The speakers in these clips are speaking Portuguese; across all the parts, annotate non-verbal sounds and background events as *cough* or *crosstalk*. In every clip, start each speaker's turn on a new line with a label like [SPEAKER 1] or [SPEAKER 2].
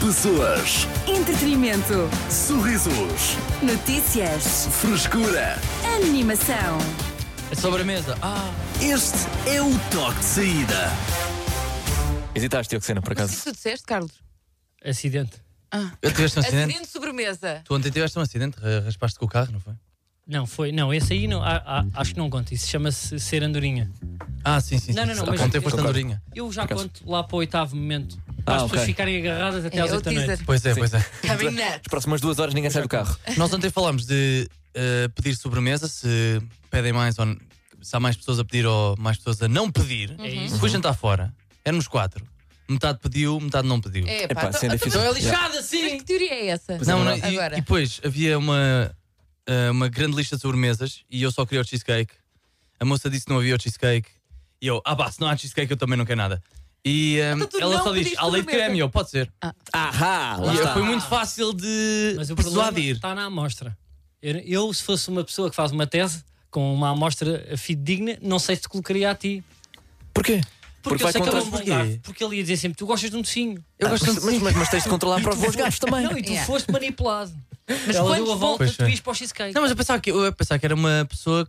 [SPEAKER 1] Pessoas,
[SPEAKER 2] Entretenimento.
[SPEAKER 1] sorrisos,
[SPEAKER 2] Notícias.
[SPEAKER 1] frescura.
[SPEAKER 2] Animação.
[SPEAKER 3] A sobremesa. Ah,
[SPEAKER 1] Este é o toque de saída.
[SPEAKER 4] Hesitaste, Diocesana, por
[SPEAKER 5] Mas
[SPEAKER 4] acaso.
[SPEAKER 5] isso disseste, Carlos?
[SPEAKER 6] Acidente.
[SPEAKER 3] eu tiveste um acidente.
[SPEAKER 5] Acidente de sobremesa.
[SPEAKER 3] Tu ontem tiveste um acidente, ra- raspaste com o carro, não foi?
[SPEAKER 6] Não, foi. Não, esse aí não, a- a- acho que não conta. Isso chama-se ser andorinha.
[SPEAKER 3] Ah, sim, sim.
[SPEAKER 6] Não,
[SPEAKER 3] sim.
[SPEAKER 6] não, não,
[SPEAKER 3] Ah,
[SPEAKER 6] mas-
[SPEAKER 3] ontem foste
[SPEAKER 4] Concordo.
[SPEAKER 3] andorinha.
[SPEAKER 6] Eu já
[SPEAKER 4] Por acaso.
[SPEAKER 6] conto lá para o oitavo momento. Para
[SPEAKER 4] Ah,
[SPEAKER 6] as pessoas
[SPEAKER 4] ok.
[SPEAKER 6] ficarem agarradas até
[SPEAKER 5] É
[SPEAKER 6] às
[SPEAKER 5] o
[SPEAKER 6] oito da noite.
[SPEAKER 5] teaser.
[SPEAKER 3] Pois é, pois é.
[SPEAKER 5] Coming up.
[SPEAKER 4] As próximas duas horas ninguém sai do carro.
[SPEAKER 3] Nós ontem falámos de eh, pedir sobremesa, se pedem mais ou n- se há mais pessoas a pedir ou mais pessoas a não pedir.
[SPEAKER 6] É isso.
[SPEAKER 3] Fui jantar fora. Éramos quatro. Metade pediu, metade não pediu.
[SPEAKER 5] É,
[SPEAKER 4] Epá,
[SPEAKER 5] pá,
[SPEAKER 4] isso é
[SPEAKER 5] então-
[SPEAKER 4] difícil.
[SPEAKER 5] então-
[SPEAKER 4] É lixado,
[SPEAKER 5] Mas
[SPEAKER 6] assim!
[SPEAKER 5] Que teoria é essa?
[SPEAKER 3] Não, não, e,
[SPEAKER 5] Agora.
[SPEAKER 3] e depois havia uma, eh, uma grande lista de sobremesas e eu só queria o cheesecake. A moça disse que não havia o cheesecake. E eu, ah pá, se não há cheesecake eu também não quero nada. E eh,
[SPEAKER 5] Então tu
[SPEAKER 3] ela
[SPEAKER 5] não
[SPEAKER 3] só diz,
[SPEAKER 5] pediste
[SPEAKER 3] há leite
[SPEAKER 5] sobremesa. Ah,
[SPEAKER 3] creme, E eu, pode ser.
[SPEAKER 4] Ahá, Ah, lá
[SPEAKER 3] e eu,
[SPEAKER 4] está.
[SPEAKER 3] foi muito fácil de
[SPEAKER 6] Mas o problema
[SPEAKER 3] persuadir.
[SPEAKER 5] tá-
[SPEAKER 6] está na amostra. Eu, eu, se fosse uma pessoa que faz uma tese com uma amostra fidedigna, não sei se te colocaria a ti.
[SPEAKER 4] Porquê?
[SPEAKER 6] Porque, eu sei que ele é um bom
[SPEAKER 4] porquê?
[SPEAKER 6] gajo, Porque ele ia dizer sempre: tu gostas de um docinho.
[SPEAKER 4] Eu gosto mas, mas, mas, mas tens de controlar
[SPEAKER 6] Tipo,
[SPEAKER 4] para os bons gajos também.
[SPEAKER 6] Não, e tu
[SPEAKER 5] *laughs* Yeah.
[SPEAKER 6] foste manipulado. Mas Ela deu a
[SPEAKER 5] quantos
[SPEAKER 6] volta,
[SPEAKER 3] Pois
[SPEAKER 6] tu
[SPEAKER 3] é.
[SPEAKER 6] ias para o cheesecake.
[SPEAKER 3] Não, mas eu pensava, que, eu ia pensar que era uma pessoa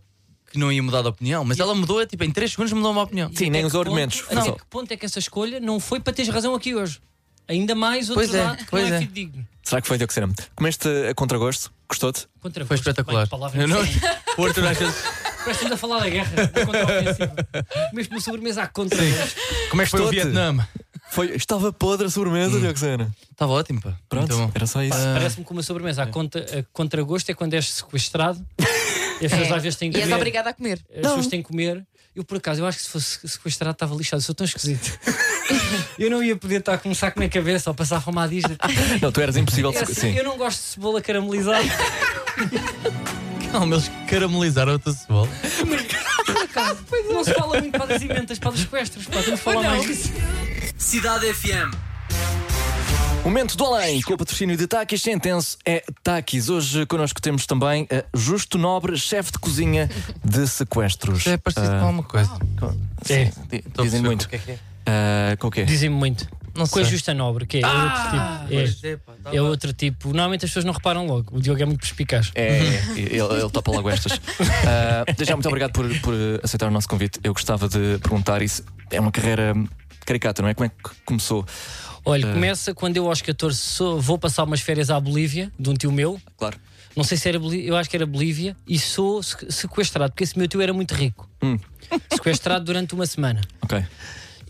[SPEAKER 3] que não ia mudar de opinião, mas ela mudou, tipo, em 3 segundos mudou uma opinião.
[SPEAKER 4] Sim, nem
[SPEAKER 6] Até
[SPEAKER 4] os
[SPEAKER 6] É que
[SPEAKER 4] argumentos.
[SPEAKER 6] ponto-
[SPEAKER 4] Foi
[SPEAKER 6] Não,
[SPEAKER 4] só.
[SPEAKER 6] até que ponto é que essa escolha não foi para teres razão aqui hoje? Ainda mais outro
[SPEAKER 3] Pois é,
[SPEAKER 6] lado que
[SPEAKER 3] pois
[SPEAKER 6] não é,
[SPEAKER 3] é.
[SPEAKER 6] fidedigno.
[SPEAKER 4] Será que foi, Diocesana? Comeste a contragosto? Gostou-te?
[SPEAKER 6] Contra
[SPEAKER 3] Foi espetacular.
[SPEAKER 6] Palavra
[SPEAKER 3] Eu não-
[SPEAKER 5] assim.
[SPEAKER 3] *laughs* O Arthur às vezes.
[SPEAKER 6] Parece a falar da guerra. da contraofensiva. Mesmo uma sobremesa à contra.
[SPEAKER 3] Como é que foi o
[SPEAKER 4] Estou-te.
[SPEAKER 3] Vietnã?
[SPEAKER 4] Foi, estava podre a sobremesa, Diocesana.
[SPEAKER 3] Estava ótimo, pá.
[SPEAKER 4] Pronto,
[SPEAKER 3] Muito bom.
[SPEAKER 4] era só isso.
[SPEAKER 6] Parece-me que uma sobremesa à conta, a contragosto é quando és sequestrado. E as pessoas às vezes têm que
[SPEAKER 5] e és
[SPEAKER 6] comer.
[SPEAKER 5] obrigada a comer.
[SPEAKER 6] As pessoas têm que comer. Eu, por acaso, eu acho que se fosse sequestrado estava lixado. Eu sou tão esquisito. eu não ia poder estar com um saco na cabeça ou passar fome à Disney.
[SPEAKER 4] Não, tu eras impossível de
[SPEAKER 6] Eu,
[SPEAKER 4] se- Sim.
[SPEAKER 6] eu não gosto de cebola caramelizada.
[SPEAKER 3] Calma, eles caramelizaram outra cebola.
[SPEAKER 6] Não se fala muito para das imentas, para dos sequestros. Pá, temos que falar mais disso.
[SPEAKER 1] Cidade FM.
[SPEAKER 4] Momento do Além, com o patrocínio de Takis, Sentenço é Takis. Hoje connosco temos também a Justo Nobre, chefe de cozinha de sequestros.
[SPEAKER 3] É parecido
[SPEAKER 4] Ah,
[SPEAKER 3] com alguma coisa.
[SPEAKER 6] É.
[SPEAKER 4] sim, di- dizem muito.
[SPEAKER 3] é
[SPEAKER 4] Ah, com o quê?
[SPEAKER 6] Dizem-me muito.
[SPEAKER 3] Não
[SPEAKER 6] Com a
[SPEAKER 3] sei.
[SPEAKER 6] justa nobre, que é outro tipo. É, é outro tipo. Normalmente as pessoas não reparam logo. O Diogo é muito perspicaz.
[SPEAKER 4] É, ele, ele topa logo estas. Ah, desde já, muito obrigado por, por aceitar o nosso convite. Eu gostava de perguntar isso. É uma carreira caricata, não é? Como é que começou?
[SPEAKER 6] Olha, começa quando eu aos 14 sou- vou passar umas férias à Bolívia, de um tio meu.
[SPEAKER 4] Claro.
[SPEAKER 6] Não sei se era Bolívia, eu acho que era Bolívia. E sou se- sequestrado, porque esse meu tio era muito rico.
[SPEAKER 4] Hum.
[SPEAKER 6] Sequestrado durante uma semana.
[SPEAKER 4] Ok.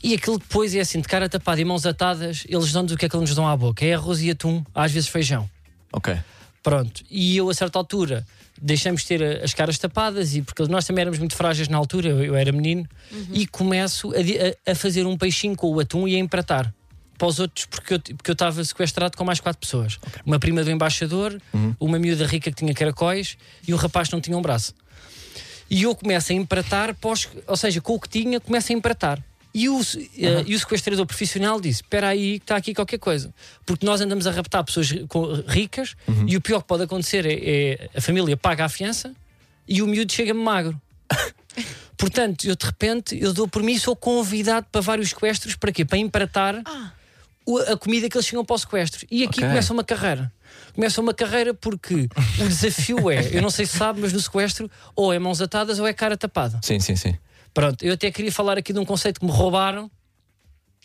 [SPEAKER 6] E aquilo depois é assim, de cara tapada e mãos atadas, eles dão-nos o que é que eles nos dão à boca. É arroz e atum, às vezes feijão.
[SPEAKER 4] Ok.
[SPEAKER 6] Pronto, e eu a certa altura deixamos de ter a- as caras tapadas e porque nós também éramos muito frágeis na altura, eu, eu era menino, e começo a, di- a- a fazer um peixinho com o atum e a empratar para os outros porque eu t- porque eu estava sequestrado com mais quatro pessoas. Uma prima do embaixador, uma miúda rica que tinha caracóis e um rapaz que não tinha um braço. E eu começo a empratar, pós, ou seja, com o que tinha, começo a empratar. E o, se- eh, e o sequestrador profissional disse: Espera aí, que está aqui qualquer coisa. Porque nós andamos a raptar pessoas ri- com- ricas e o pior que pode acontecer é, é a família paga a fiança e o miúdo chega-me magro. Portanto, eu de repente eu dou por mim e sou convidado para vários sequestros para quê? Para empratar o- a comida que eles chegam para o sequestro. E aqui
[SPEAKER 4] Ok.
[SPEAKER 6] começa uma carreira. Começa uma carreira porque o desafio é, eu não sei se sabe, mas no sequestro ou é mãos atadas ou é cara tapada.
[SPEAKER 4] Sim, sim, sim.
[SPEAKER 6] Pronto, eu até queria falar aqui de um conceito que me roubaram.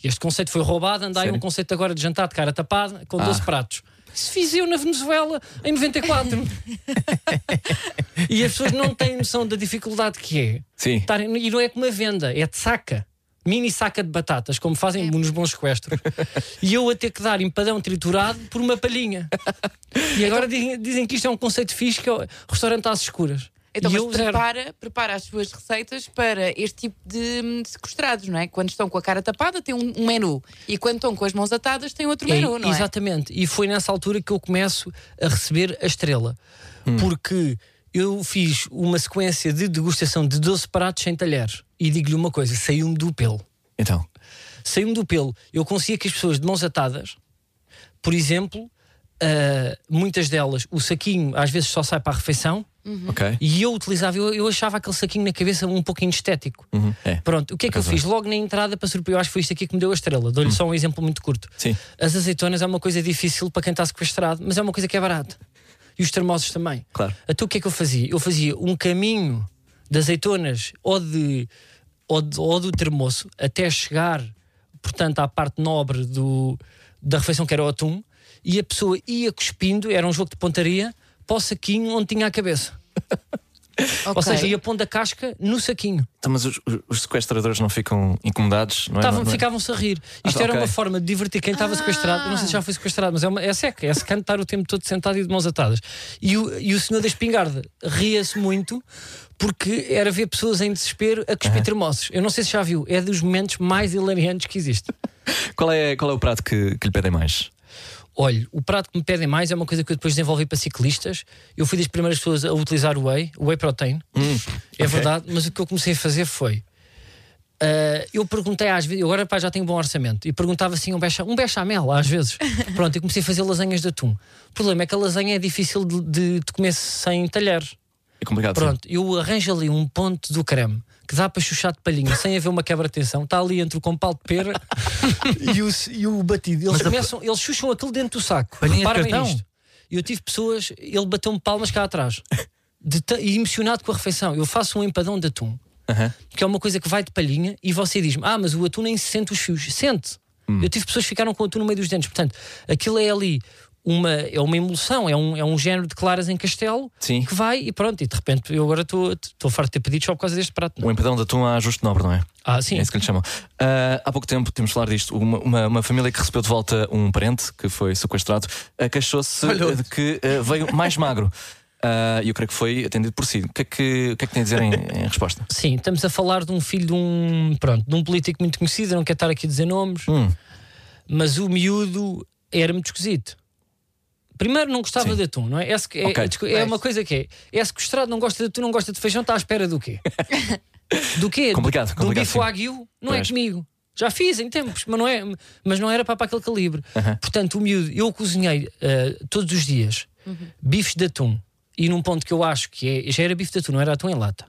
[SPEAKER 6] Este conceito foi roubado, andai
[SPEAKER 4] Sério?
[SPEAKER 6] um conceito agora de jantar de cara tapada com 12 pratos. Isso fiz eu na Venezuela em 94. e as pessoas não têm noção da dificuldade que é.
[SPEAKER 4] Sim.
[SPEAKER 6] Estarem- e não é com uma venda, é de saca. Mini saca de batatas, como fazem
[SPEAKER 5] É.
[SPEAKER 6] nos bons sequestros. e eu a ter que dar empadão triturado por uma palhinha. E agora dizem, dizem que isto é um conceito fixe, que é o restaurante às escuras.
[SPEAKER 5] Então,
[SPEAKER 6] e
[SPEAKER 5] mas
[SPEAKER 6] eu zero.
[SPEAKER 5] prepara, prepara as suas receitas para este tipo de hum, sequestrados, não é? Quando estão com a cara tapada, tem um, um menu. E quando estão com as mãos atadas, tem outro
[SPEAKER 6] É,
[SPEAKER 5] menu, não é?
[SPEAKER 6] Exatamente. E foi nessa altura que eu começo a receber a estrela. Porque eu fiz uma sequência de degustação de 12 pratos sem talheres. E digo-lhe uma coisa: saiu-me do pelo.
[SPEAKER 4] Então.
[SPEAKER 6] Saiu-me do pelo. Eu conseguia que as pessoas de mãos atadas, por exemplo, ah, muitas delas, o saquinho às vezes só sai para a refeição.
[SPEAKER 4] Ok.
[SPEAKER 6] E eu utilizava, eu, eu achava aquele saquinho na cabeça um pouquinho estético.
[SPEAKER 4] Uhum, É.
[SPEAKER 6] Pronto, o que é que eu fiz? Logo na entrada para surpreender, eu acho que foi isto aqui que me deu a estrela. Dou-lhe só um exemplo muito curto.
[SPEAKER 4] Sim.
[SPEAKER 6] As azeitonas é uma coisa difícil para quem está sequestrado, mas é uma coisa que é barata. E os termosos também.
[SPEAKER 4] Claro.
[SPEAKER 6] Então o que é que eu fazia? Eu fazia um caminho de azeitonas ou, de, ou, de- ou do termoço até chegar, portanto, à parte nobre do, da refeição que era o atum, e a pessoa ia cuspindo, era um jogo de pontaria, para o saquinho onde tinha a cabeça. Ou seja, ia pondo a casca no saquinho.
[SPEAKER 4] Então, mas os, os sequestradores não ficam incomodados, não é?
[SPEAKER 6] Estavam-
[SPEAKER 4] Não- não é?
[SPEAKER 6] Ficavam-se a rir. Isto
[SPEAKER 4] Ah,
[SPEAKER 6] era
[SPEAKER 4] ok.
[SPEAKER 6] uma forma de divertir quem estava sequestrado. Eu Não sei se já foi sequestrado, mas é, uma, é seca. É secante estar o tempo todo sentado e de mãos atadas. E o, e o senhor da espingarda ria-se muito porque era ver pessoas em desespero a cuspir termoços. Eu não sei se já viu. É dos momentos mais hilariantes que existe.
[SPEAKER 4] Qual, é, qual é o prato que, que lhe pedem mais?
[SPEAKER 6] Olha, o prato que me pedem mais é uma coisa que eu depois desenvolvi para ciclistas. Eu fui das primeiras pessoas a utilizar o whey, o whey protein. é verdade, mas o que eu comecei a fazer foi. ah, eu perguntei às vezes, eu agora pá, já tenho um bom orçamento, e perguntava assim um bechamel, um bechamel às vezes. Pronto, e comecei a fazer lasanhas de atum. O problema é que a lasanha é difícil de, de- de comer sem talher.
[SPEAKER 4] É complicado. sim.
[SPEAKER 6] Pronto, eu arranjo ali um ponto do creme que dá para chuchar de palhinha sem haver uma quebra de tensão. Está ali entre o compal de pera *laughs* e, o, e o batido. Eles, começam, eles chucham aquilo dentro do saco.
[SPEAKER 3] Palhinha de
[SPEAKER 6] Repara bem
[SPEAKER 3] cartão?
[SPEAKER 6] nisto. Eu tive pessoas, ele bateu-me palmas cá atrás. De ta- e emocionado com a refeição. Eu faço um empadão de atum,
[SPEAKER 4] Aham.
[SPEAKER 6] que é uma coisa que vai de palhinha, e você diz-me: Ah, mas o atum nem sente os fios. Sente.
[SPEAKER 3] Hum.
[SPEAKER 6] Eu tive pessoas que ficaram com o atum no meio dos dentes. Portanto, aquilo é ali. Uma, é uma emulsão, é um, é um género de claras em castelo
[SPEAKER 4] Sim.
[SPEAKER 6] que vai e pronto. E de repente eu agora estou estou farto de ter pedido só por causa deste prato. não é?
[SPEAKER 4] O empadão de atum há justo nobre, não é?
[SPEAKER 6] Ah, sim.
[SPEAKER 4] É isso que lhe chamam. Ah, há pouco tempo, temos de falar disto, uma, uma, uma família que recebeu de volta um parente que foi sequestrado ah, queixou-se
[SPEAKER 3] Olha
[SPEAKER 4] ah,
[SPEAKER 3] outro.
[SPEAKER 4] de que ah, veio mais magro. Ah, E eu creio que foi atendido por si. O que é que, o que, é que tem a dizer em, em resposta?
[SPEAKER 6] Sim, estamos a falar de um filho de um, pronto, de um político muito conhecido, eu não quero estar aqui a dizer nomes,
[SPEAKER 4] Hum.
[SPEAKER 6] mas o miúdo era muito esquisito. Primeiro não gostava
[SPEAKER 4] Sim.
[SPEAKER 6] de atum, não é? É, se- é,
[SPEAKER 4] Ok.
[SPEAKER 6] é discu- é uma coisa que é. É sequestrado, não gosta de atum, não gosta de feijão, está à espera do quê? Do quê?
[SPEAKER 4] Complicado,
[SPEAKER 6] do, do
[SPEAKER 4] complicado,
[SPEAKER 6] bife
[SPEAKER 4] sim.
[SPEAKER 6] wagyu? Não é
[SPEAKER 4] Pois.
[SPEAKER 6] comigo. Já fiz em tempos, mas não, é, mas não era para, para aquele calibre.
[SPEAKER 4] Aham.
[SPEAKER 6] Portanto, o miúdo, eu cozinhei eh, todos os dias bifes de atum e num ponto que eu acho que é, já era bife de atum, não era atum em lata.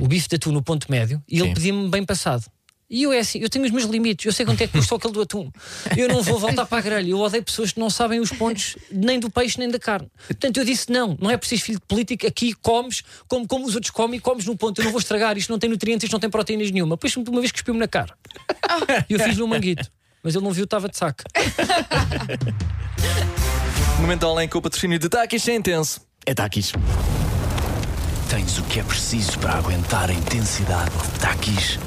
[SPEAKER 6] O bife de atum no ponto médio e
[SPEAKER 4] Sim.
[SPEAKER 6] ele pedia-me bem passado. E eu é assim, eu tenho os meus limites, eu sei quanto é que custou aquele do atum. Eu não vou voltar para a grelha. Eu odeio pessoas que não sabem os pontos nem do peixe nem da carne. Portanto, eu disse: não, não é preciso filho de político, aqui comes como, como os outros comem e comes no ponto. Eu não vou estragar, isto não tem nutrientes, isto não tem proteínas nenhuma. Depois, de uma vez que me na cara. E eu fiz-lhe um manguito, mas ele não viu, estava de saco.
[SPEAKER 4] Momento além com o patrocínio de Takis é intenso. É Takis.
[SPEAKER 1] Tens o que é preciso para aguentar a intensidade de Takis.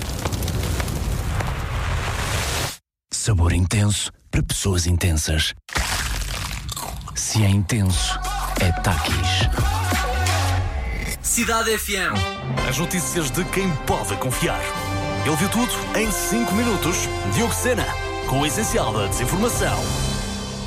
[SPEAKER 1] Sabor intenso para pessoas intensas. Se é intenso, é Takis.
[SPEAKER 3] Cidade FM.
[SPEAKER 1] As notícias de quem pode confiar. Ele viu tudo em 5 minutos. Diogo Sena, com o essencial da desinformação.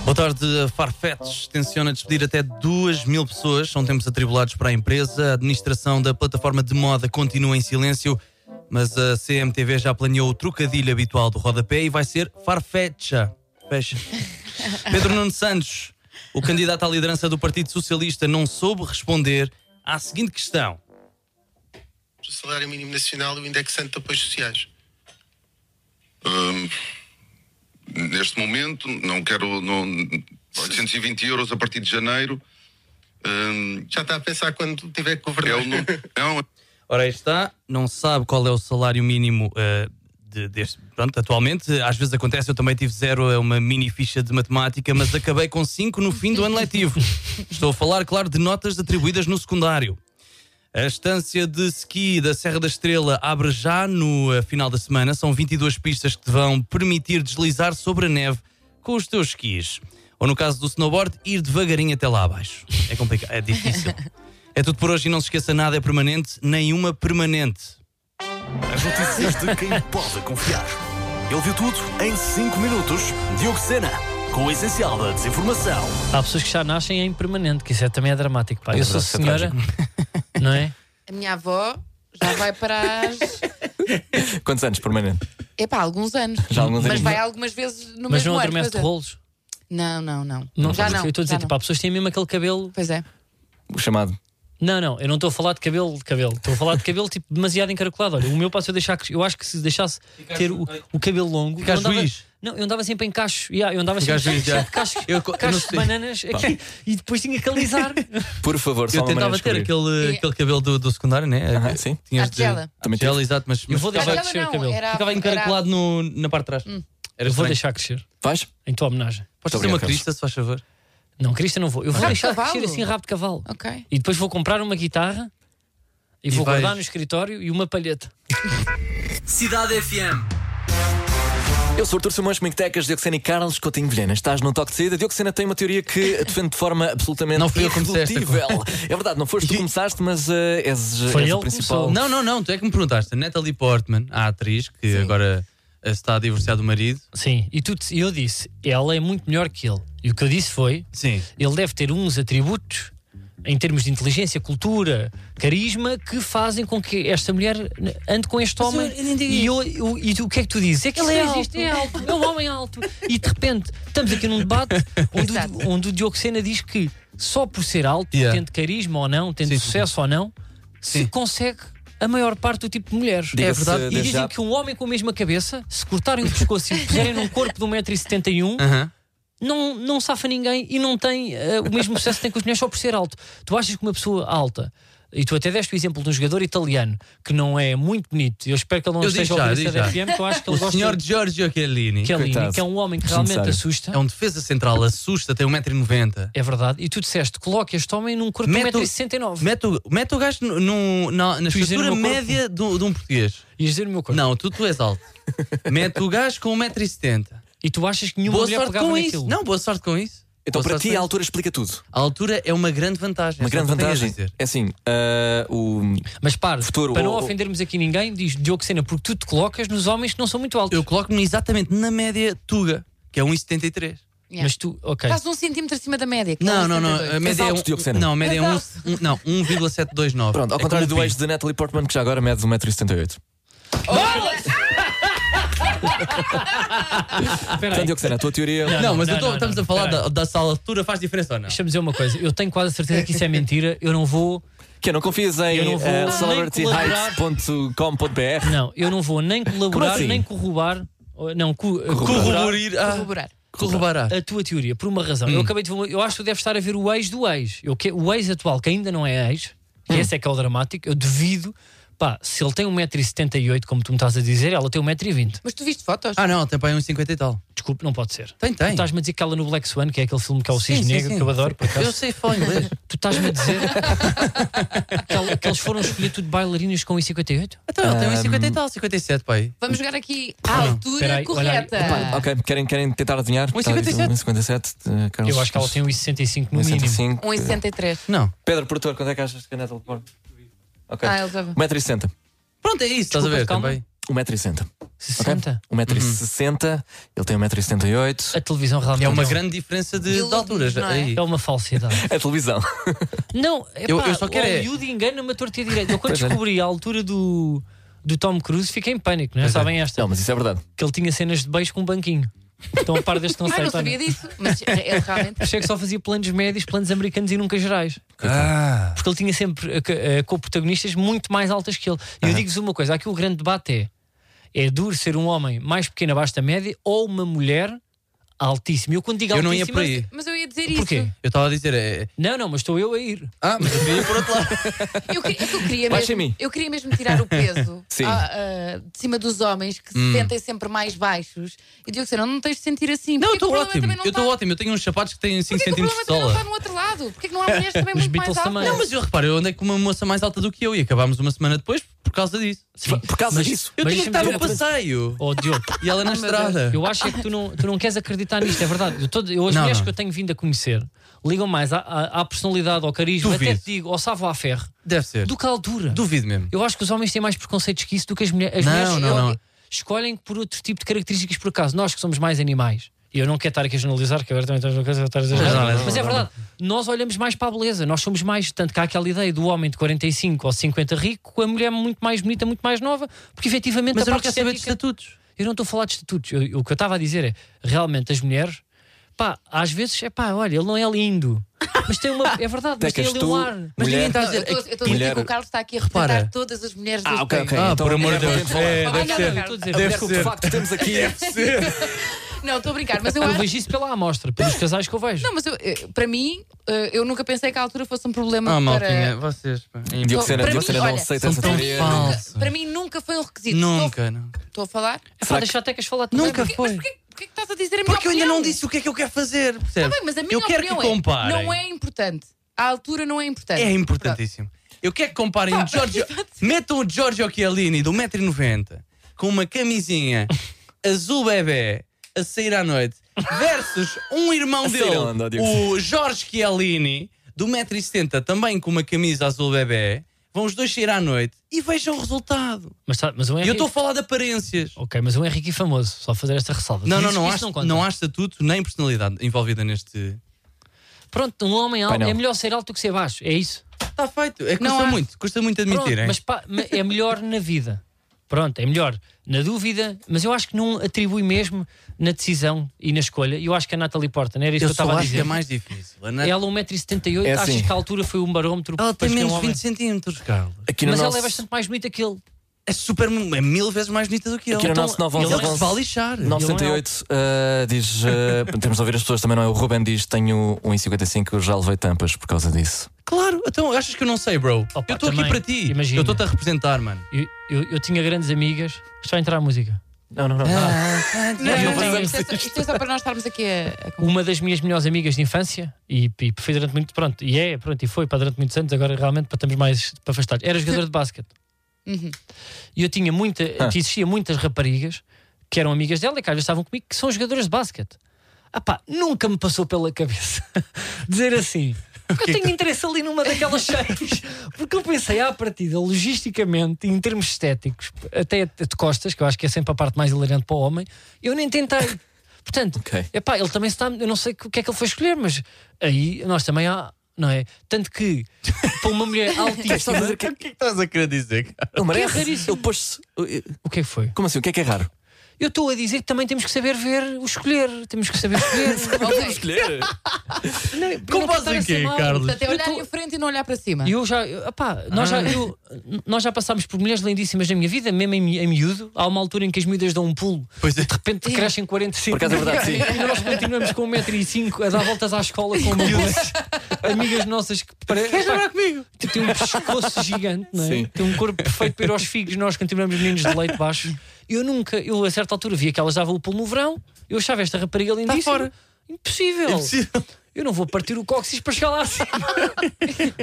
[SPEAKER 3] Boa tarde, a Farfetch tenciona despedir até 2 mil pessoas. São tempos atribulados para a empresa. A administração da plataforma de moda continua em silêncio, mas a CMTV já planeou o trocadilho habitual do rodapé e vai ser Farfetcha. *laughs* Fecha. Pedro Nuno Santos, o candidato à liderança do Partido Socialista, não soube responder à seguinte questão.
[SPEAKER 7] o salário mínimo nacional e o indexante de apoios sociais.
[SPEAKER 8] neste momento, não quero. Não, 820 euros a partir de janeiro. hum,
[SPEAKER 7] Já está a pensar quando tiver que
[SPEAKER 8] é
[SPEAKER 7] governar.
[SPEAKER 8] o nu- não,
[SPEAKER 3] Ora, aí está, não sabe qual é o salário mínimo eh, de- deste. Pronto, atualmente, às vezes acontece, eu também tive zero, é uma mini ficha de matemática, mas acabei com cinco no fim do ano letivo. Estou a falar, claro, de notas atribuídas no secundário. A estância de ski da Serra da Estrela abre já no eh, final da semana. São 22 pistas que te vão permitir deslizar sobre a neve com os teus skis. Ou no caso do snowboard, ir devagarinho até lá abaixo. É complicado, é difícil. É tudo por hoje e não se esqueça, nada é permanente, nenhuma permanente.
[SPEAKER 1] As notícias de quem pode confiar. Ele viu tudo em 5 minutos. Diogo Sena, com o essencial da desinformação.
[SPEAKER 6] Há pessoas que já nascem em permanente, que isso é, também é dramático. Pá.
[SPEAKER 4] É
[SPEAKER 6] Eu sou
[SPEAKER 4] verdade, isso é
[SPEAKER 6] senhora, não
[SPEAKER 5] *laughs*
[SPEAKER 6] é?
[SPEAKER 5] A minha avó já vai para as.
[SPEAKER 4] *laughs* Quantos anos permanente?
[SPEAKER 5] É para alguns anos.
[SPEAKER 4] Já há alguns
[SPEAKER 5] mas
[SPEAKER 4] anos.
[SPEAKER 5] vai algumas vezes no
[SPEAKER 6] Mas
[SPEAKER 5] mesmo
[SPEAKER 6] não
[SPEAKER 5] ano.
[SPEAKER 6] adormece de
[SPEAKER 5] pois é.
[SPEAKER 6] rolos.
[SPEAKER 5] Não, não, não.
[SPEAKER 6] Não,
[SPEAKER 5] já não.
[SPEAKER 6] Eu estou a dizer,
[SPEAKER 5] já
[SPEAKER 6] tipo, há pessoas que têm mesmo aquele cabelo.
[SPEAKER 5] Pois é.
[SPEAKER 4] O chamado.
[SPEAKER 6] Não, não, eu não estou a falar de cabelo, de cabelo. Estou a falar de cabelo tipo demasiado encaracolado. Olha, o meu passo eu deixar cres- Eu acho que se deixasse ter o, o cabelo longo.
[SPEAKER 3] Ficaste
[SPEAKER 6] eu andava-
[SPEAKER 3] juiz?
[SPEAKER 6] Não, eu andava sempre em cachos. Yeah, eu andava
[SPEAKER 3] Ficaste
[SPEAKER 6] sempre
[SPEAKER 3] juiz, já.
[SPEAKER 6] cachos,
[SPEAKER 3] Eu co- eu não
[SPEAKER 6] cachos de
[SPEAKER 3] sei.
[SPEAKER 6] bananas aqui e depois tinha que
[SPEAKER 3] *laughs*
[SPEAKER 6] alisar.
[SPEAKER 4] Por favor, só
[SPEAKER 3] Eu
[SPEAKER 4] uma maneira
[SPEAKER 3] tentava
[SPEAKER 4] de
[SPEAKER 3] ter
[SPEAKER 4] descobrir.
[SPEAKER 3] aquele,
[SPEAKER 5] É.
[SPEAKER 3] aquele cabelo do, do secundário, né?
[SPEAKER 4] Aham, sim.
[SPEAKER 3] Tinhas de-
[SPEAKER 5] Artigela.
[SPEAKER 4] Também
[SPEAKER 3] Artigela,
[SPEAKER 4] tive.
[SPEAKER 3] exato, mas,
[SPEAKER 6] Eu vou
[SPEAKER 3] mas
[SPEAKER 6] deixar
[SPEAKER 5] Artigela
[SPEAKER 6] crescer o
[SPEAKER 5] não,
[SPEAKER 6] cabelo.
[SPEAKER 5] era-
[SPEAKER 3] ficava Hum. encaracolado um no, na parte de trás. Era
[SPEAKER 6] Eu vou
[SPEAKER 3] estranho.
[SPEAKER 6] deixar crescer.
[SPEAKER 4] Vais?
[SPEAKER 6] Em tua homenagem.
[SPEAKER 3] Podes
[SPEAKER 4] Muito
[SPEAKER 3] fazer uma
[SPEAKER 4] obrigado,
[SPEAKER 3] crista, se faz favor?
[SPEAKER 6] Não, Cristo, eu não vou. Eu vou
[SPEAKER 5] Rabo de
[SPEAKER 6] deixar
[SPEAKER 5] cavalo?
[SPEAKER 6] crescer assim rabo de cavalo.
[SPEAKER 5] Ok.
[SPEAKER 6] E depois vou comprar uma guitarra e, vou
[SPEAKER 3] vais-
[SPEAKER 6] guardar no escritório e uma palheta.
[SPEAKER 3] Cidade é FM.
[SPEAKER 4] Eu sou Artur Simões, comigo tecas, Dioxena e Carlos Coutinho Vilhena. Estás no toque de saída. Dioxena tem uma teoria que defende de forma absolutamente
[SPEAKER 3] Não fui eu que comecei esta
[SPEAKER 4] irredutível. É verdade, não foste tu que
[SPEAKER 6] *laughs*
[SPEAKER 4] começaste, mas eh, és,
[SPEAKER 6] Foi
[SPEAKER 4] és
[SPEAKER 6] ele
[SPEAKER 4] o
[SPEAKER 6] que
[SPEAKER 4] principal.
[SPEAKER 3] Não,
[SPEAKER 6] começou.
[SPEAKER 3] não, não, tu é que me perguntaste. A Natalie Portman, a atriz que agora eh, está a divorciar do marido.
[SPEAKER 6] Sim. E tu, e eu disse, ela é muito melhor que ele. E o que eu disse foi,
[SPEAKER 3] Sim.
[SPEAKER 6] ele deve ter uns atributos em termos de inteligência, cultura, carisma que fazem com que esta mulher ande com este homem.
[SPEAKER 5] eu nem digo
[SPEAKER 6] e, eu- eu- e tu- o que é que tu dizes? É que
[SPEAKER 5] Ele
[SPEAKER 6] isso
[SPEAKER 5] é
[SPEAKER 6] não existe,
[SPEAKER 5] alto.
[SPEAKER 6] é alto, é um homem alto. E de repente estamos aqui num
[SPEAKER 5] *laughs*
[SPEAKER 6] debate onde, o- onde o Diogo Sena diz que só por ser alto,
[SPEAKER 3] Yeah.
[SPEAKER 6] tendo carisma ou não, tendo
[SPEAKER 3] Sim, sim.
[SPEAKER 6] sucesso ou não, se
[SPEAKER 3] Sim.
[SPEAKER 6] consegue a maior parte do tipo de mulheres.
[SPEAKER 4] Diga-se
[SPEAKER 6] É verdade. E
[SPEAKER 4] desde
[SPEAKER 6] dizem
[SPEAKER 4] já-
[SPEAKER 6] que um homem com a mesma cabeça, se cortarem o pescoço e puserem num corpo de 1,71m,
[SPEAKER 3] Aham.
[SPEAKER 6] não, não safa ninguém e não tem eh, o mesmo sucesso que tem com as mulheres só por ser alto. Tu achas que uma pessoa alta, e tu até deste o exemplo de um jogador italiano que não é muito bonito, eu espero que ele não
[SPEAKER 3] Eu
[SPEAKER 6] esteja
[SPEAKER 3] digo já,
[SPEAKER 6] a
[SPEAKER 3] digo
[SPEAKER 6] ouvir
[SPEAKER 3] já.
[SPEAKER 6] essa FM, que eu acho que ele
[SPEAKER 3] O
[SPEAKER 6] gosta
[SPEAKER 3] senhor
[SPEAKER 6] de
[SPEAKER 3] Giorgio Chiellini.
[SPEAKER 6] Chiellini,
[SPEAKER 4] Coitado.
[SPEAKER 6] que é um homem que realmente
[SPEAKER 4] Desnecessário.
[SPEAKER 6] assusta.
[SPEAKER 3] É um defesa central, assusta, tem 1,90m.
[SPEAKER 6] É verdade. E tu disseste, coloque este homem num corpo
[SPEAKER 3] Mete o-
[SPEAKER 6] de 1,69m.
[SPEAKER 3] Mete o, mete o gajo no- no- na, na
[SPEAKER 6] Tu dizes
[SPEAKER 3] estrutura
[SPEAKER 6] no meu corpo?
[SPEAKER 3] média do- de um português.
[SPEAKER 6] Ias dizer o meu corpo.
[SPEAKER 3] Não, tu, tu és
[SPEAKER 4] *laughs*
[SPEAKER 3] alto. mete o gajo com 1,70m.
[SPEAKER 6] E tu achas que nenhuma
[SPEAKER 3] Boa
[SPEAKER 6] mulher
[SPEAKER 3] sorte
[SPEAKER 6] pegava
[SPEAKER 3] com
[SPEAKER 6] naquilo?
[SPEAKER 3] isso. Não, boa sorte com isso.
[SPEAKER 4] Então,
[SPEAKER 3] Boa
[SPEAKER 4] para
[SPEAKER 3] sorte
[SPEAKER 4] ti,
[SPEAKER 3] com
[SPEAKER 4] a
[SPEAKER 3] isso.
[SPEAKER 4] altura explica tudo.
[SPEAKER 3] A altura é uma grande vantagem.
[SPEAKER 4] Uma
[SPEAKER 3] é só
[SPEAKER 4] grande
[SPEAKER 3] o que eu tenho a
[SPEAKER 4] vantagem.
[SPEAKER 3] dizer.
[SPEAKER 4] É assim, ah, o...
[SPEAKER 6] Mas para,
[SPEAKER 4] Futuro,
[SPEAKER 6] para não
[SPEAKER 4] ou- ou-
[SPEAKER 6] ofendermos aqui ninguém, diz Diogo Sena, porque tu te colocas nos homens que não são muito altos.
[SPEAKER 3] Eu coloco-me exatamente na média Tuga, que é 1,73m.
[SPEAKER 5] Yeah.
[SPEAKER 6] Mas tu, ok.
[SPEAKER 3] Tá.
[SPEAKER 5] Quase um centímetro acima da média. que
[SPEAKER 3] Não,
[SPEAKER 5] é
[SPEAKER 3] não, não.
[SPEAKER 5] 72.
[SPEAKER 3] A média
[SPEAKER 4] alto,
[SPEAKER 3] é um,
[SPEAKER 4] Diogo Sena.
[SPEAKER 3] Não, a média é um,
[SPEAKER 5] És
[SPEAKER 3] um, não, 1,729.
[SPEAKER 4] Pronto, ao
[SPEAKER 3] É
[SPEAKER 4] contrário
[SPEAKER 3] como
[SPEAKER 4] do
[SPEAKER 3] o
[SPEAKER 4] ex
[SPEAKER 3] PIB.
[SPEAKER 4] de Natalie Portman, que já agora mede 1,78m.
[SPEAKER 6] Espera
[SPEAKER 3] Tá,
[SPEAKER 4] Portanto,
[SPEAKER 6] aí.
[SPEAKER 4] Então, Diogo Sena, a tua teoria.
[SPEAKER 3] Não, mas eu
[SPEAKER 6] não,
[SPEAKER 3] tô-
[SPEAKER 6] não,
[SPEAKER 3] estamos
[SPEAKER 6] não.
[SPEAKER 3] a falar
[SPEAKER 6] Espera
[SPEAKER 3] da, da sala de altura, faz diferença ou não?
[SPEAKER 6] Deixa-me dizer uma coisa, eu tenho quase a certeza que isso é mentira, eu não vou,
[SPEAKER 4] Que eu não confias em
[SPEAKER 6] Eu não vou
[SPEAKER 4] eh,
[SPEAKER 6] nem
[SPEAKER 4] celebrityheights.com.br.
[SPEAKER 6] não, eu não vou nem colaborar,
[SPEAKER 4] assim?
[SPEAKER 6] nem corroborar, ou- não, co- eh, corroborar
[SPEAKER 3] Corroborir. Ah,
[SPEAKER 5] Corroborar.
[SPEAKER 3] corroborar.
[SPEAKER 6] a tua teoria, por uma razão.
[SPEAKER 3] Hum.
[SPEAKER 6] Eu acabei de eu acho que tu deves estar a ver o ex do ex. Eu, que, o ex atual, que ainda não é ex,
[SPEAKER 3] Hum.
[SPEAKER 6] que esse é que é o dramático, eu devido, pá, se ele tem 1,78m, como tu me estás a dizer, ela tem 1,20m.
[SPEAKER 5] Mas tu viste fotos?
[SPEAKER 3] Ah, não, tem para aí uns 50 e tal.
[SPEAKER 6] Desculpe, não pode ser.
[SPEAKER 3] Tem,
[SPEAKER 6] Tu
[SPEAKER 3] tem.
[SPEAKER 6] estás-me a dizer que ela no Black Swan, que é aquele filme que é o
[SPEAKER 3] Sim,
[SPEAKER 6] Cisne
[SPEAKER 3] sim,
[SPEAKER 6] Negro,
[SPEAKER 3] sim.
[SPEAKER 6] que eu adoro, por acaso.
[SPEAKER 3] Eu sei falar inglês.
[SPEAKER 6] Tu estás-me a dizer *laughs* que, ela- que eles foram escolher tudo bailarinas com 1,58m?
[SPEAKER 3] Então, ele tem uns 50 e tal, 57 para aí.
[SPEAKER 5] Vamos jogar aqui à
[SPEAKER 6] Ah, não,
[SPEAKER 5] altura
[SPEAKER 6] espera aí, olha aí.
[SPEAKER 5] correta.
[SPEAKER 4] Pá, ok, querem, querem tentar adivinhar?
[SPEAKER 3] 1,57.
[SPEAKER 4] 1,57. eh, Carlos,
[SPEAKER 6] Eu acho que ela tem 1,65m no mínimo.
[SPEAKER 4] 1,65.
[SPEAKER 5] 1,63.
[SPEAKER 3] Não.
[SPEAKER 4] Pedro, produtor, quanto é que achas que a Natalie Portman? Ok.
[SPEAKER 5] Ah, ele já viu.
[SPEAKER 4] 1,60m.
[SPEAKER 3] Pronto, é isso, estás a
[SPEAKER 6] Desculpa,
[SPEAKER 3] ver
[SPEAKER 6] calma.
[SPEAKER 3] também.
[SPEAKER 4] 1,60m.
[SPEAKER 6] 60?
[SPEAKER 4] Uhum. 1,60m. Ele tem 1,78m.
[SPEAKER 6] A televisão realmente
[SPEAKER 3] É uma
[SPEAKER 6] não.
[SPEAKER 3] grande diferença de,
[SPEAKER 5] Ilude-nos,
[SPEAKER 3] de alturas.
[SPEAKER 5] não é?
[SPEAKER 3] Aí.
[SPEAKER 6] É uma falsidade.
[SPEAKER 4] A *laughs* televisão.
[SPEAKER 6] *laughs* Não, é
[SPEAKER 3] Eu-
[SPEAKER 6] pá,
[SPEAKER 3] eu só quero
[SPEAKER 6] o
[SPEAKER 3] é-
[SPEAKER 6] Hollywood engana-me a torta e a direita. Eu quando
[SPEAKER 4] Pois é.
[SPEAKER 6] descobri a altura do, do Tom Cruise fiquei em pânico, não é?
[SPEAKER 3] Pois é.
[SPEAKER 6] Sabem esta?
[SPEAKER 4] Não, mas isso é verdade.
[SPEAKER 6] Que ele tinha cenas de beijo com um banquinho. Estão a par deste
[SPEAKER 3] *laughs*
[SPEAKER 5] Ah,
[SPEAKER 6] conceito.
[SPEAKER 5] não sabia disso. Mas ele realmente.
[SPEAKER 6] Achei que só fazia planos médios, planos americanos e nunca gerais.
[SPEAKER 3] Ah.
[SPEAKER 6] Porque ele tinha sempre eh, que- eh, co-protagonistas muito mais altas que ele. E eu digo-vos uma coisa: aqui o grande debate é: é duro ser um homem mais pequeno abaixo da média ou uma mulher altíssima? E Eu quando digo
[SPEAKER 3] Eu não
[SPEAKER 6] altíssima.
[SPEAKER 3] ia por aí.
[SPEAKER 5] Mas eu ia dizer isso.
[SPEAKER 6] Porquê?
[SPEAKER 3] Eu estava a dizer. é-
[SPEAKER 6] Não, não, mas estou eu a ir.
[SPEAKER 3] Ah, mas eu queria por outro lado.
[SPEAKER 5] Eu, que- é que eu queria
[SPEAKER 4] Baixa em mim.
[SPEAKER 5] mesmo, eu queria mesmo tirar o peso
[SPEAKER 4] Sim.
[SPEAKER 5] ah, ah, de cima dos homens que se sentem sempre mais baixos. E digo assim, não, não tens de sentir
[SPEAKER 3] *laughs*
[SPEAKER 5] assim.
[SPEAKER 3] Não, eu
[SPEAKER 5] Porquê que o
[SPEAKER 3] estou
[SPEAKER 5] problema
[SPEAKER 3] ótimo.
[SPEAKER 5] também não
[SPEAKER 3] Eu estou
[SPEAKER 5] tá-
[SPEAKER 3] ótimo. Eu tenho uns sapatos que têm 5
[SPEAKER 5] Porquê que o
[SPEAKER 3] cm de
[SPEAKER 5] problema também não
[SPEAKER 3] sola.
[SPEAKER 5] está no outro lado? Porquê que não há mulheres também
[SPEAKER 6] Os
[SPEAKER 5] muito mais
[SPEAKER 6] Beatles
[SPEAKER 5] altas?
[SPEAKER 6] também.
[SPEAKER 3] Não, mas eu reparo, eu andei com uma moça mais alta do que eu e acabámos uma semana depois por causa disso. é
[SPEAKER 4] Por causa disso.
[SPEAKER 3] Eu
[SPEAKER 6] Mas
[SPEAKER 3] tinha que
[SPEAKER 6] deixa-me
[SPEAKER 3] estar no
[SPEAKER 6] dizer uma coisa.
[SPEAKER 3] passeio Ah,
[SPEAKER 6] Oh, Diogo,
[SPEAKER 3] e ela na estrada.
[SPEAKER 6] eu acho é que tu não, tu não queres acreditar nisto, é verdade. Eu, todo, eu as
[SPEAKER 3] Não,
[SPEAKER 6] mulheres
[SPEAKER 3] não.
[SPEAKER 6] que eu tenho vindo a conhecer ligam mais à, à, à personalidade, ao carisma, até
[SPEAKER 3] Duvido.
[SPEAKER 6] te digo, ao savo à ferro,
[SPEAKER 3] Deve ser.
[SPEAKER 6] do que à altura.
[SPEAKER 3] Duvido mesmo.
[SPEAKER 6] Eu acho que os homens têm mais preconceitos que isso do que as mulheres. As
[SPEAKER 3] Não,
[SPEAKER 6] mulheres
[SPEAKER 3] não,
[SPEAKER 6] eu-
[SPEAKER 3] não.
[SPEAKER 6] escolhem por outro tipo de características, por acaso. Nós que somos mais animais. E eu não quero estar aqui a generalizar, que agora também estás uma coisa a estar a dizer.
[SPEAKER 3] não, não,
[SPEAKER 6] Mas é verdade, nós olhamos mais para a beleza, nós somos mais. Tanto que há aquela ideia do homem de 45 ou 50 rico, com a mulher muito mais bonita, muito mais nova, porque efetivamente
[SPEAKER 3] Mas eu
[SPEAKER 6] a
[SPEAKER 3] não
[SPEAKER 6] parte
[SPEAKER 3] quero saber de
[SPEAKER 6] estética-
[SPEAKER 3] estatutos.
[SPEAKER 6] eu não estou a falar de estatutos. Eu- eu- o que eu estava a dizer é realmente as mulheres Pá, às vezes, é pá, olha, ele não é lindo. Mas tem uma. É verdade, mas tem
[SPEAKER 4] Tecas
[SPEAKER 6] ali
[SPEAKER 4] tu,
[SPEAKER 6] um ar.
[SPEAKER 4] Mas ninguém mulher-
[SPEAKER 5] Não, então, eu estou- eu estou a dizer
[SPEAKER 4] Mulher-
[SPEAKER 5] que o Carlos está aqui a representar
[SPEAKER 6] Repara.
[SPEAKER 5] todas as mulheres
[SPEAKER 4] Ah,
[SPEAKER 5] deste
[SPEAKER 4] ok,
[SPEAKER 5] país.
[SPEAKER 4] ok.
[SPEAKER 3] Ah,
[SPEAKER 4] então,
[SPEAKER 3] por amor
[SPEAKER 4] é
[SPEAKER 3] de Deus.
[SPEAKER 4] verdade.
[SPEAKER 3] É,
[SPEAKER 5] Ah,
[SPEAKER 3] deve
[SPEAKER 5] não,
[SPEAKER 3] ser.
[SPEAKER 5] não,
[SPEAKER 6] Eu estou a
[SPEAKER 4] A
[SPEAKER 6] dizer,
[SPEAKER 4] mulher que de
[SPEAKER 3] ser.
[SPEAKER 4] facto temos *laughs* aqui.
[SPEAKER 5] *laughs* Não, estou a brincar, mas eu
[SPEAKER 6] eu
[SPEAKER 5] acho.
[SPEAKER 6] vejo isso pela amostra, pelos casais que eu vejo.
[SPEAKER 5] Não, mas eu, eh, para mim, eh, eu nunca pensei que a altura fosse um problema
[SPEAKER 3] Ah,
[SPEAKER 5] para.
[SPEAKER 3] maltinha, vocês. pá. É imp-
[SPEAKER 5] Diogo
[SPEAKER 4] Diocesana
[SPEAKER 5] Para
[SPEAKER 4] Diocesana
[SPEAKER 5] mim,
[SPEAKER 4] não
[SPEAKER 5] olha,
[SPEAKER 4] aceita
[SPEAKER 3] São
[SPEAKER 4] essa
[SPEAKER 3] tão
[SPEAKER 4] teoria.
[SPEAKER 3] falsos.
[SPEAKER 5] Para mim nunca foi um requisito.
[SPEAKER 3] Nunca, não.
[SPEAKER 5] Estou, estou a falar?
[SPEAKER 6] É pá, deixa até que as falar também.
[SPEAKER 3] Nunca
[SPEAKER 5] Porquê- mas
[SPEAKER 3] foi.
[SPEAKER 5] porquê, porquê que estás a dizer a minha
[SPEAKER 3] Porque eu ainda não
[SPEAKER 5] opinião?
[SPEAKER 3] disse o que é que eu quero fazer.
[SPEAKER 5] Tá
[SPEAKER 3] Percebes?
[SPEAKER 5] bem, mas a minha
[SPEAKER 3] eu quero que
[SPEAKER 5] opinião é,
[SPEAKER 3] comparem.
[SPEAKER 5] Não é importante. A altura não é importante.
[SPEAKER 3] É importantíssimo. Eu quero que comparem
[SPEAKER 5] Tá
[SPEAKER 3] o Giorgio.
[SPEAKER 5] *laughs*
[SPEAKER 3] Metam o Giorgio Chiellini de 1,90m com uma
[SPEAKER 5] *laughs*
[SPEAKER 3] camisinha azul bebê a sair à noite versus um
[SPEAKER 4] *laughs*
[SPEAKER 3] irmão
[SPEAKER 4] sair
[SPEAKER 3] dele,
[SPEAKER 4] aonde, ó Diogo?
[SPEAKER 3] o Jorge Chiellini, de 1,70m também com uma camisa azul bebê. Vão os dois sair à noite e vejam o resultado.
[SPEAKER 6] Mas, tá- mas um
[SPEAKER 5] É
[SPEAKER 3] E eu
[SPEAKER 6] Henrique.
[SPEAKER 3] estou a falar de aparências.
[SPEAKER 6] Ok, mas um Henrique famoso, só fazer esta ressalva.
[SPEAKER 3] Não, não,
[SPEAKER 6] Isso-
[SPEAKER 3] não
[SPEAKER 6] isso
[SPEAKER 3] há, não,
[SPEAKER 6] conta.
[SPEAKER 3] há estatuto nem personalidade envolvida neste.
[SPEAKER 6] Pronto, um homem
[SPEAKER 4] Pai,
[SPEAKER 6] alto
[SPEAKER 4] não.
[SPEAKER 6] é melhor ser alto do que ser baixo, é isso.
[SPEAKER 3] Está feito. É, custa
[SPEAKER 5] Não há.
[SPEAKER 3] muito, custa muito
[SPEAKER 6] Pronto,
[SPEAKER 3] admitir, hein?
[SPEAKER 6] mas pá, ma- é melhor na vida. Pronto, é melhor na dúvida, mas eu acho que não atribui mesmo na decisão e na escolha. E eu acho que a Natalie Portman era isso
[SPEAKER 3] eu
[SPEAKER 6] que eu
[SPEAKER 3] só
[SPEAKER 6] estava a
[SPEAKER 3] acho que é
[SPEAKER 6] dizer.
[SPEAKER 3] mais difícil. A Nat-
[SPEAKER 6] Ela, 1,78m,
[SPEAKER 4] É
[SPEAKER 6] achas
[SPEAKER 4] assim.
[SPEAKER 6] que a altura foi um barómetro
[SPEAKER 3] Ela
[SPEAKER 6] para
[SPEAKER 3] tem
[SPEAKER 6] escolher um
[SPEAKER 3] menos
[SPEAKER 6] homem?
[SPEAKER 3] 20 centímetros, Carlos.
[SPEAKER 4] Aqui no
[SPEAKER 6] Mas
[SPEAKER 4] nosso...
[SPEAKER 6] ela é bastante mais bonita que ele.
[SPEAKER 3] É super, é mil vezes mais bonita do que ele.
[SPEAKER 4] Aqui no
[SPEAKER 3] Então,
[SPEAKER 4] nosso 9
[SPEAKER 3] ele é que se
[SPEAKER 4] 11
[SPEAKER 3] vai lixar.
[SPEAKER 4] 968 eh, diz. *laughs* eh, temos de ouvir as pessoas também, não é? O Ruben diz: tenho 1,55, já levei tampas por causa disso.
[SPEAKER 3] Claro, então achas que eu não sei, bro?
[SPEAKER 6] Opa,
[SPEAKER 3] eu estou aqui
[SPEAKER 6] também,
[SPEAKER 3] para ti.
[SPEAKER 6] imagina.
[SPEAKER 3] Eu estou-te a representar, mano.
[SPEAKER 6] Eu, eu- eu tinha grandes amigas. Está a entrar a música.
[SPEAKER 4] Não, não, não.
[SPEAKER 5] Não, não, não,
[SPEAKER 6] fazemos
[SPEAKER 5] isto, é só, isto é só para nós estarmos aqui a. a conversar.
[SPEAKER 6] Uma das minhas melhores amigas de infância e, e foi durante muito. Pronto, e é, pronto, e foi para durante muitos anos. Agora realmente para estamos mais para afastar. Era jogador de basquete. E eu tinha muita.
[SPEAKER 4] Ah.
[SPEAKER 6] Existia muitas raparigas que eram amigas dela e que às vezes estavam comigo que são jogadoras de basquete. Ah pá, nunca me passou pela cabeça *laughs*
[SPEAKER 4] *laughs*
[SPEAKER 6] dizer assim. Porque eu tenho interesse ali numa daquelas cheias. Porque eu pensei à partida, logisticamente, e em termos estéticos, até de costas, que eu acho que é sempre a parte mais hilarante para o homem, eu nem tentei. Portanto,
[SPEAKER 4] Ok.
[SPEAKER 6] epá, ele também está. Eu não sei o que é que ele foi escolher, mas aí nós também há. Não é? Tanto que para
[SPEAKER 4] *laughs*
[SPEAKER 6] uma mulher altíssima.
[SPEAKER 4] Estás a dizer que-
[SPEAKER 3] que estás a querer dizer, cara?
[SPEAKER 4] Não merece.
[SPEAKER 6] raríssimo.
[SPEAKER 4] Ele pôs-se.
[SPEAKER 6] o que é que foi?
[SPEAKER 4] Como assim? O que é que é raro?
[SPEAKER 6] Eu estou a dizer que também temos que saber ver o escolher. Temos que saber
[SPEAKER 3] é
[SPEAKER 5] *laughs*
[SPEAKER 6] escolher.
[SPEAKER 5] Ok.
[SPEAKER 4] Escolher?
[SPEAKER 3] Como
[SPEAKER 6] posso
[SPEAKER 3] fazem o quê, Carlos?
[SPEAKER 5] Portanto, é olhar
[SPEAKER 6] Eu tô-
[SPEAKER 5] em frente e não olhar para cima.
[SPEAKER 6] E eu já, eu- epá, nós, já eu- nós já passámos por mulheres lindíssimas na minha vida, mesmo em, mi- em miúdo. Há uma altura em que as miúdas dão um pulo,
[SPEAKER 3] Pois é.
[SPEAKER 6] de repente crescem 45.
[SPEAKER 4] Por acaso é verdade, sim.
[SPEAKER 6] E nós continuamos com 1,5m a dar voltas à escola com miúdas, amigas nossas que parecem. Queres namorar comigo? Tem um pescoço gigante, não é?
[SPEAKER 4] Sim.
[SPEAKER 6] Tem um corpo perfeito para ir aos figos. Nós continuamos meninos de leite baixo. Eu nunca, eu a certa altura via que elas davam o pulo no verão. Eu achava esta rapariga lindíssima.
[SPEAKER 3] fora.
[SPEAKER 6] Impossível. Eu não vou partir o cóccix para chegar lá *laughs* acima.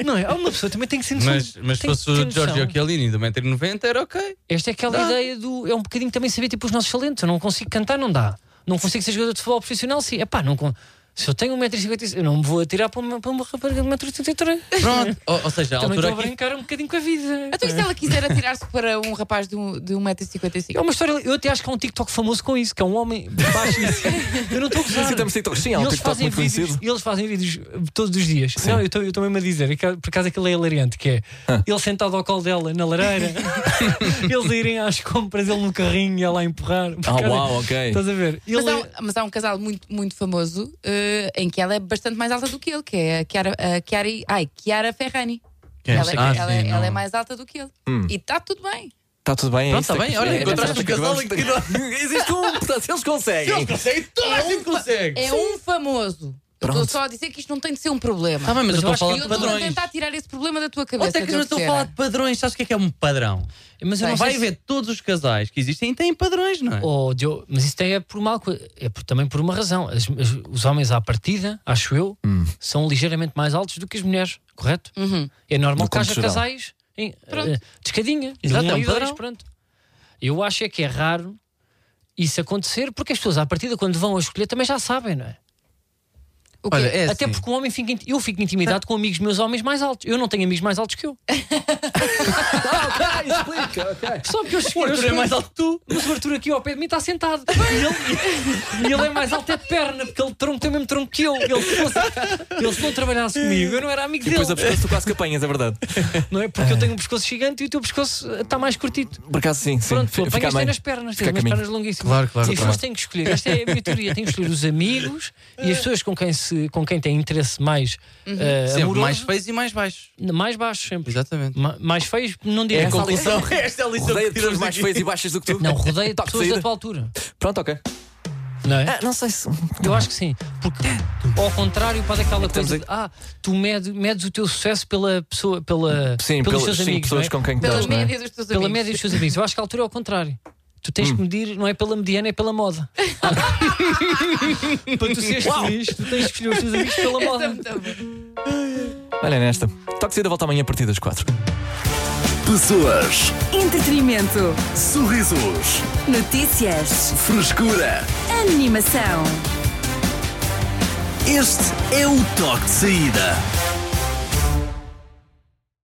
[SPEAKER 6] não é? Há Uma pessoa também tem que ser noção.
[SPEAKER 3] Mas, mas se
[SPEAKER 6] tem que
[SPEAKER 3] fosse
[SPEAKER 6] ter
[SPEAKER 3] o
[SPEAKER 6] noção.
[SPEAKER 3] Giorgio Chiellini de 1,90m, era ok.
[SPEAKER 6] Esta é aquela ideia do. É um bocadinho também saber tipo os nossos talentos. Eu não consigo cantar, não dá. Não consigo ser jogador de futebol profissional, sim. Epá, não con- Se eu tenho 1,50m, eu não me vou atirar para uma, para uma rapariga de 1,83m.
[SPEAKER 3] Pronto. ou, ou seja, a
[SPEAKER 6] Também
[SPEAKER 3] altura
[SPEAKER 6] estou a
[SPEAKER 3] aqui.
[SPEAKER 6] brincar um bocadinho com a vida.
[SPEAKER 5] Então, e se ela quiser atirar-se para um rapaz de, um, de
[SPEAKER 6] É
[SPEAKER 5] 1,55m?
[SPEAKER 6] uma história. Eu até acho que há um TikTok famoso com isso, que é um homem baixo. *laughs* eu não estou a gozar.
[SPEAKER 4] Sim, temos TikTok. Sim, há um
[SPEAKER 6] E eles
[SPEAKER 4] TikTok
[SPEAKER 6] fazem
[SPEAKER 4] muito
[SPEAKER 6] vídeos,
[SPEAKER 4] conhecido.
[SPEAKER 6] e Eles fazem vídeos eh, todos os dias. Não, eu estou eu estou mesmo a dizer, é que, por acaso aquilo é hilariante, que é ele sentado ao colo dela na
[SPEAKER 4] *laughs*
[SPEAKER 6] lareira, eles a irem às compras, ele no carrinho e ela a empurrar.
[SPEAKER 4] Ah,
[SPEAKER 6] Cara,
[SPEAKER 4] uau, ok.
[SPEAKER 6] Estás a ver?
[SPEAKER 5] Mas
[SPEAKER 6] Ele é,
[SPEAKER 5] há, um- mas há um casal muito, muito famoso eh, em que ela é bastante mais alta do que ele, que é a Chiara, a Chiara, ai, Chiara Ferrani.
[SPEAKER 3] Quem?
[SPEAKER 5] Ela,
[SPEAKER 3] Ah,
[SPEAKER 5] ela-
[SPEAKER 3] sim,
[SPEAKER 5] ela
[SPEAKER 3] não. Hum.
[SPEAKER 5] é mais alta do que ele. E está tudo bem.
[SPEAKER 4] Está tudo bem? é
[SPEAKER 3] Pronto,
[SPEAKER 4] isso
[SPEAKER 3] está bem.
[SPEAKER 4] que-
[SPEAKER 3] Olha,
[SPEAKER 4] é essa
[SPEAKER 3] encontraste um
[SPEAKER 4] que
[SPEAKER 3] casal
[SPEAKER 4] acabamos
[SPEAKER 3] em
[SPEAKER 4] de-
[SPEAKER 3] que não. *laughs*
[SPEAKER 4] Existe um, portanto, eles conseguem.
[SPEAKER 3] conseguem, toda a gente consegue.
[SPEAKER 5] É um famoso. Eu estou
[SPEAKER 4] Pronto.
[SPEAKER 5] só a dizer que isto não tem de ser um problema.
[SPEAKER 3] Tá bem, mas eu estou a
[SPEAKER 5] acho
[SPEAKER 3] falar
[SPEAKER 5] que
[SPEAKER 3] de
[SPEAKER 5] eu estou a
[SPEAKER 3] padrões.
[SPEAKER 5] tentar tirar esse problema da tua cabeça.
[SPEAKER 3] Ou até que eu
[SPEAKER 5] Diogo
[SPEAKER 3] estou a
[SPEAKER 5] Sena.
[SPEAKER 3] falar de padrões, sabes o que é que é um padrão?
[SPEAKER 6] Mas eu não
[SPEAKER 3] Vai
[SPEAKER 6] sei se-
[SPEAKER 3] ver todos os casais que existem e têm padrões, não é?
[SPEAKER 6] Oh, Diogo, mas isso tem é por mal, co- é por- também por uma razão. As- as- os homens à partida, acho eu,
[SPEAKER 3] Hum.
[SPEAKER 6] são ligeiramente mais altos do que as mulheres, correto? É normal
[SPEAKER 4] No
[SPEAKER 6] que haja
[SPEAKER 4] campo geral.
[SPEAKER 6] casais em,
[SPEAKER 5] Pronto.
[SPEAKER 6] eh, de escadinha, de
[SPEAKER 3] Exato,
[SPEAKER 6] um
[SPEAKER 3] é um
[SPEAKER 6] e dois,
[SPEAKER 3] padrão.
[SPEAKER 6] pronto. Eu acho é que é raro isso acontecer, porque as pessoas à partida, quando vão a escolher, também já sabem, não é?
[SPEAKER 5] O quê?
[SPEAKER 3] Olha, é
[SPEAKER 6] Até
[SPEAKER 3] assim.
[SPEAKER 6] porque o homem fica, inti- eu fico intimidado com amigos meus homens mais altos. Eu não tenho amigos mais altos que eu. Ah,
[SPEAKER 4] Explica, ok.
[SPEAKER 6] Só porque eu cheguei. O Arthur é mais alto que tu. Mas o Arthur aqui ao pé de mim está *laughs* sentado. E ele, e ele é mais alto é de perna, porque ele tronco, tem o mesmo tronco que eu. Ele se, fosse, ele se não trabalhasse comigo, eu não era amigo
[SPEAKER 4] E depois a
[SPEAKER 6] dele.
[SPEAKER 4] pescoço tu quase que apanhas, é verdade.
[SPEAKER 6] Não é? Porque eu tenho um pescoço gigante e o teu pescoço está mais curtito.
[SPEAKER 4] Por acaso sim, sim.
[SPEAKER 6] Pronto, tu
[SPEAKER 4] Fica
[SPEAKER 6] apanhas
[SPEAKER 4] bem.
[SPEAKER 6] tem nas pernas,
[SPEAKER 4] Fica a
[SPEAKER 6] tens umas
[SPEAKER 4] caminho.
[SPEAKER 6] pernas longuíssimas.
[SPEAKER 3] Claro, claro,
[SPEAKER 6] E as
[SPEAKER 3] claro.
[SPEAKER 6] pessoas têm que escolher, esta é a minha teoria, têm que escolher os amigos e as pessoas com quem, se, com quem têm interesse mais eh,
[SPEAKER 3] Sempre
[SPEAKER 6] amoroso,
[SPEAKER 3] mais feios e mais baixos.
[SPEAKER 6] mais baixo sempre.
[SPEAKER 3] Exatamente.
[SPEAKER 6] Ma- mais feios, não diria
[SPEAKER 4] É a
[SPEAKER 6] Essa
[SPEAKER 4] conclusão.
[SPEAKER 3] *laughs* Esta é a lição
[SPEAKER 4] Rodeia
[SPEAKER 3] que
[SPEAKER 4] de pessoas
[SPEAKER 3] tiramos
[SPEAKER 4] mais
[SPEAKER 3] daqui.
[SPEAKER 4] feias e baixas do que tu. *laughs*
[SPEAKER 6] Não, rodeia de
[SPEAKER 4] Toque de
[SPEAKER 6] pessoas da
[SPEAKER 4] saída.
[SPEAKER 6] tua altura.
[SPEAKER 4] Pronto, ok.
[SPEAKER 6] Não é?
[SPEAKER 4] Ah, não sei se.
[SPEAKER 6] Eu acho que sim. Porque, ao contrário, pode aquela coisa de, ah, tu medes, medes o teu sucesso pela pessoa, pela,
[SPEAKER 4] Sim,
[SPEAKER 6] pelos
[SPEAKER 4] pelas
[SPEAKER 6] teus
[SPEAKER 4] sim,
[SPEAKER 6] amigos.
[SPEAKER 4] pessoas
[SPEAKER 6] não é?
[SPEAKER 4] com quem
[SPEAKER 5] Pela
[SPEAKER 4] estás, não é?
[SPEAKER 5] média dos teus
[SPEAKER 6] Pela
[SPEAKER 5] amigos.
[SPEAKER 6] média dos teus amigos. Eu acho que a altura é ao contrário. Tu tens que medir, não é pela mediana, é pela moda. Para tu seres feliz, tu tens que escolher os teus amigos pela moda.
[SPEAKER 5] Tá bom.
[SPEAKER 4] Olha nesta. Toque de saída volta amanhã a partir das 4.
[SPEAKER 1] Pessoas,
[SPEAKER 2] entretenimento,
[SPEAKER 1] sorrisos,
[SPEAKER 2] notícias,
[SPEAKER 1] frescura.
[SPEAKER 2] animação.
[SPEAKER 1] Este é o toque de saída.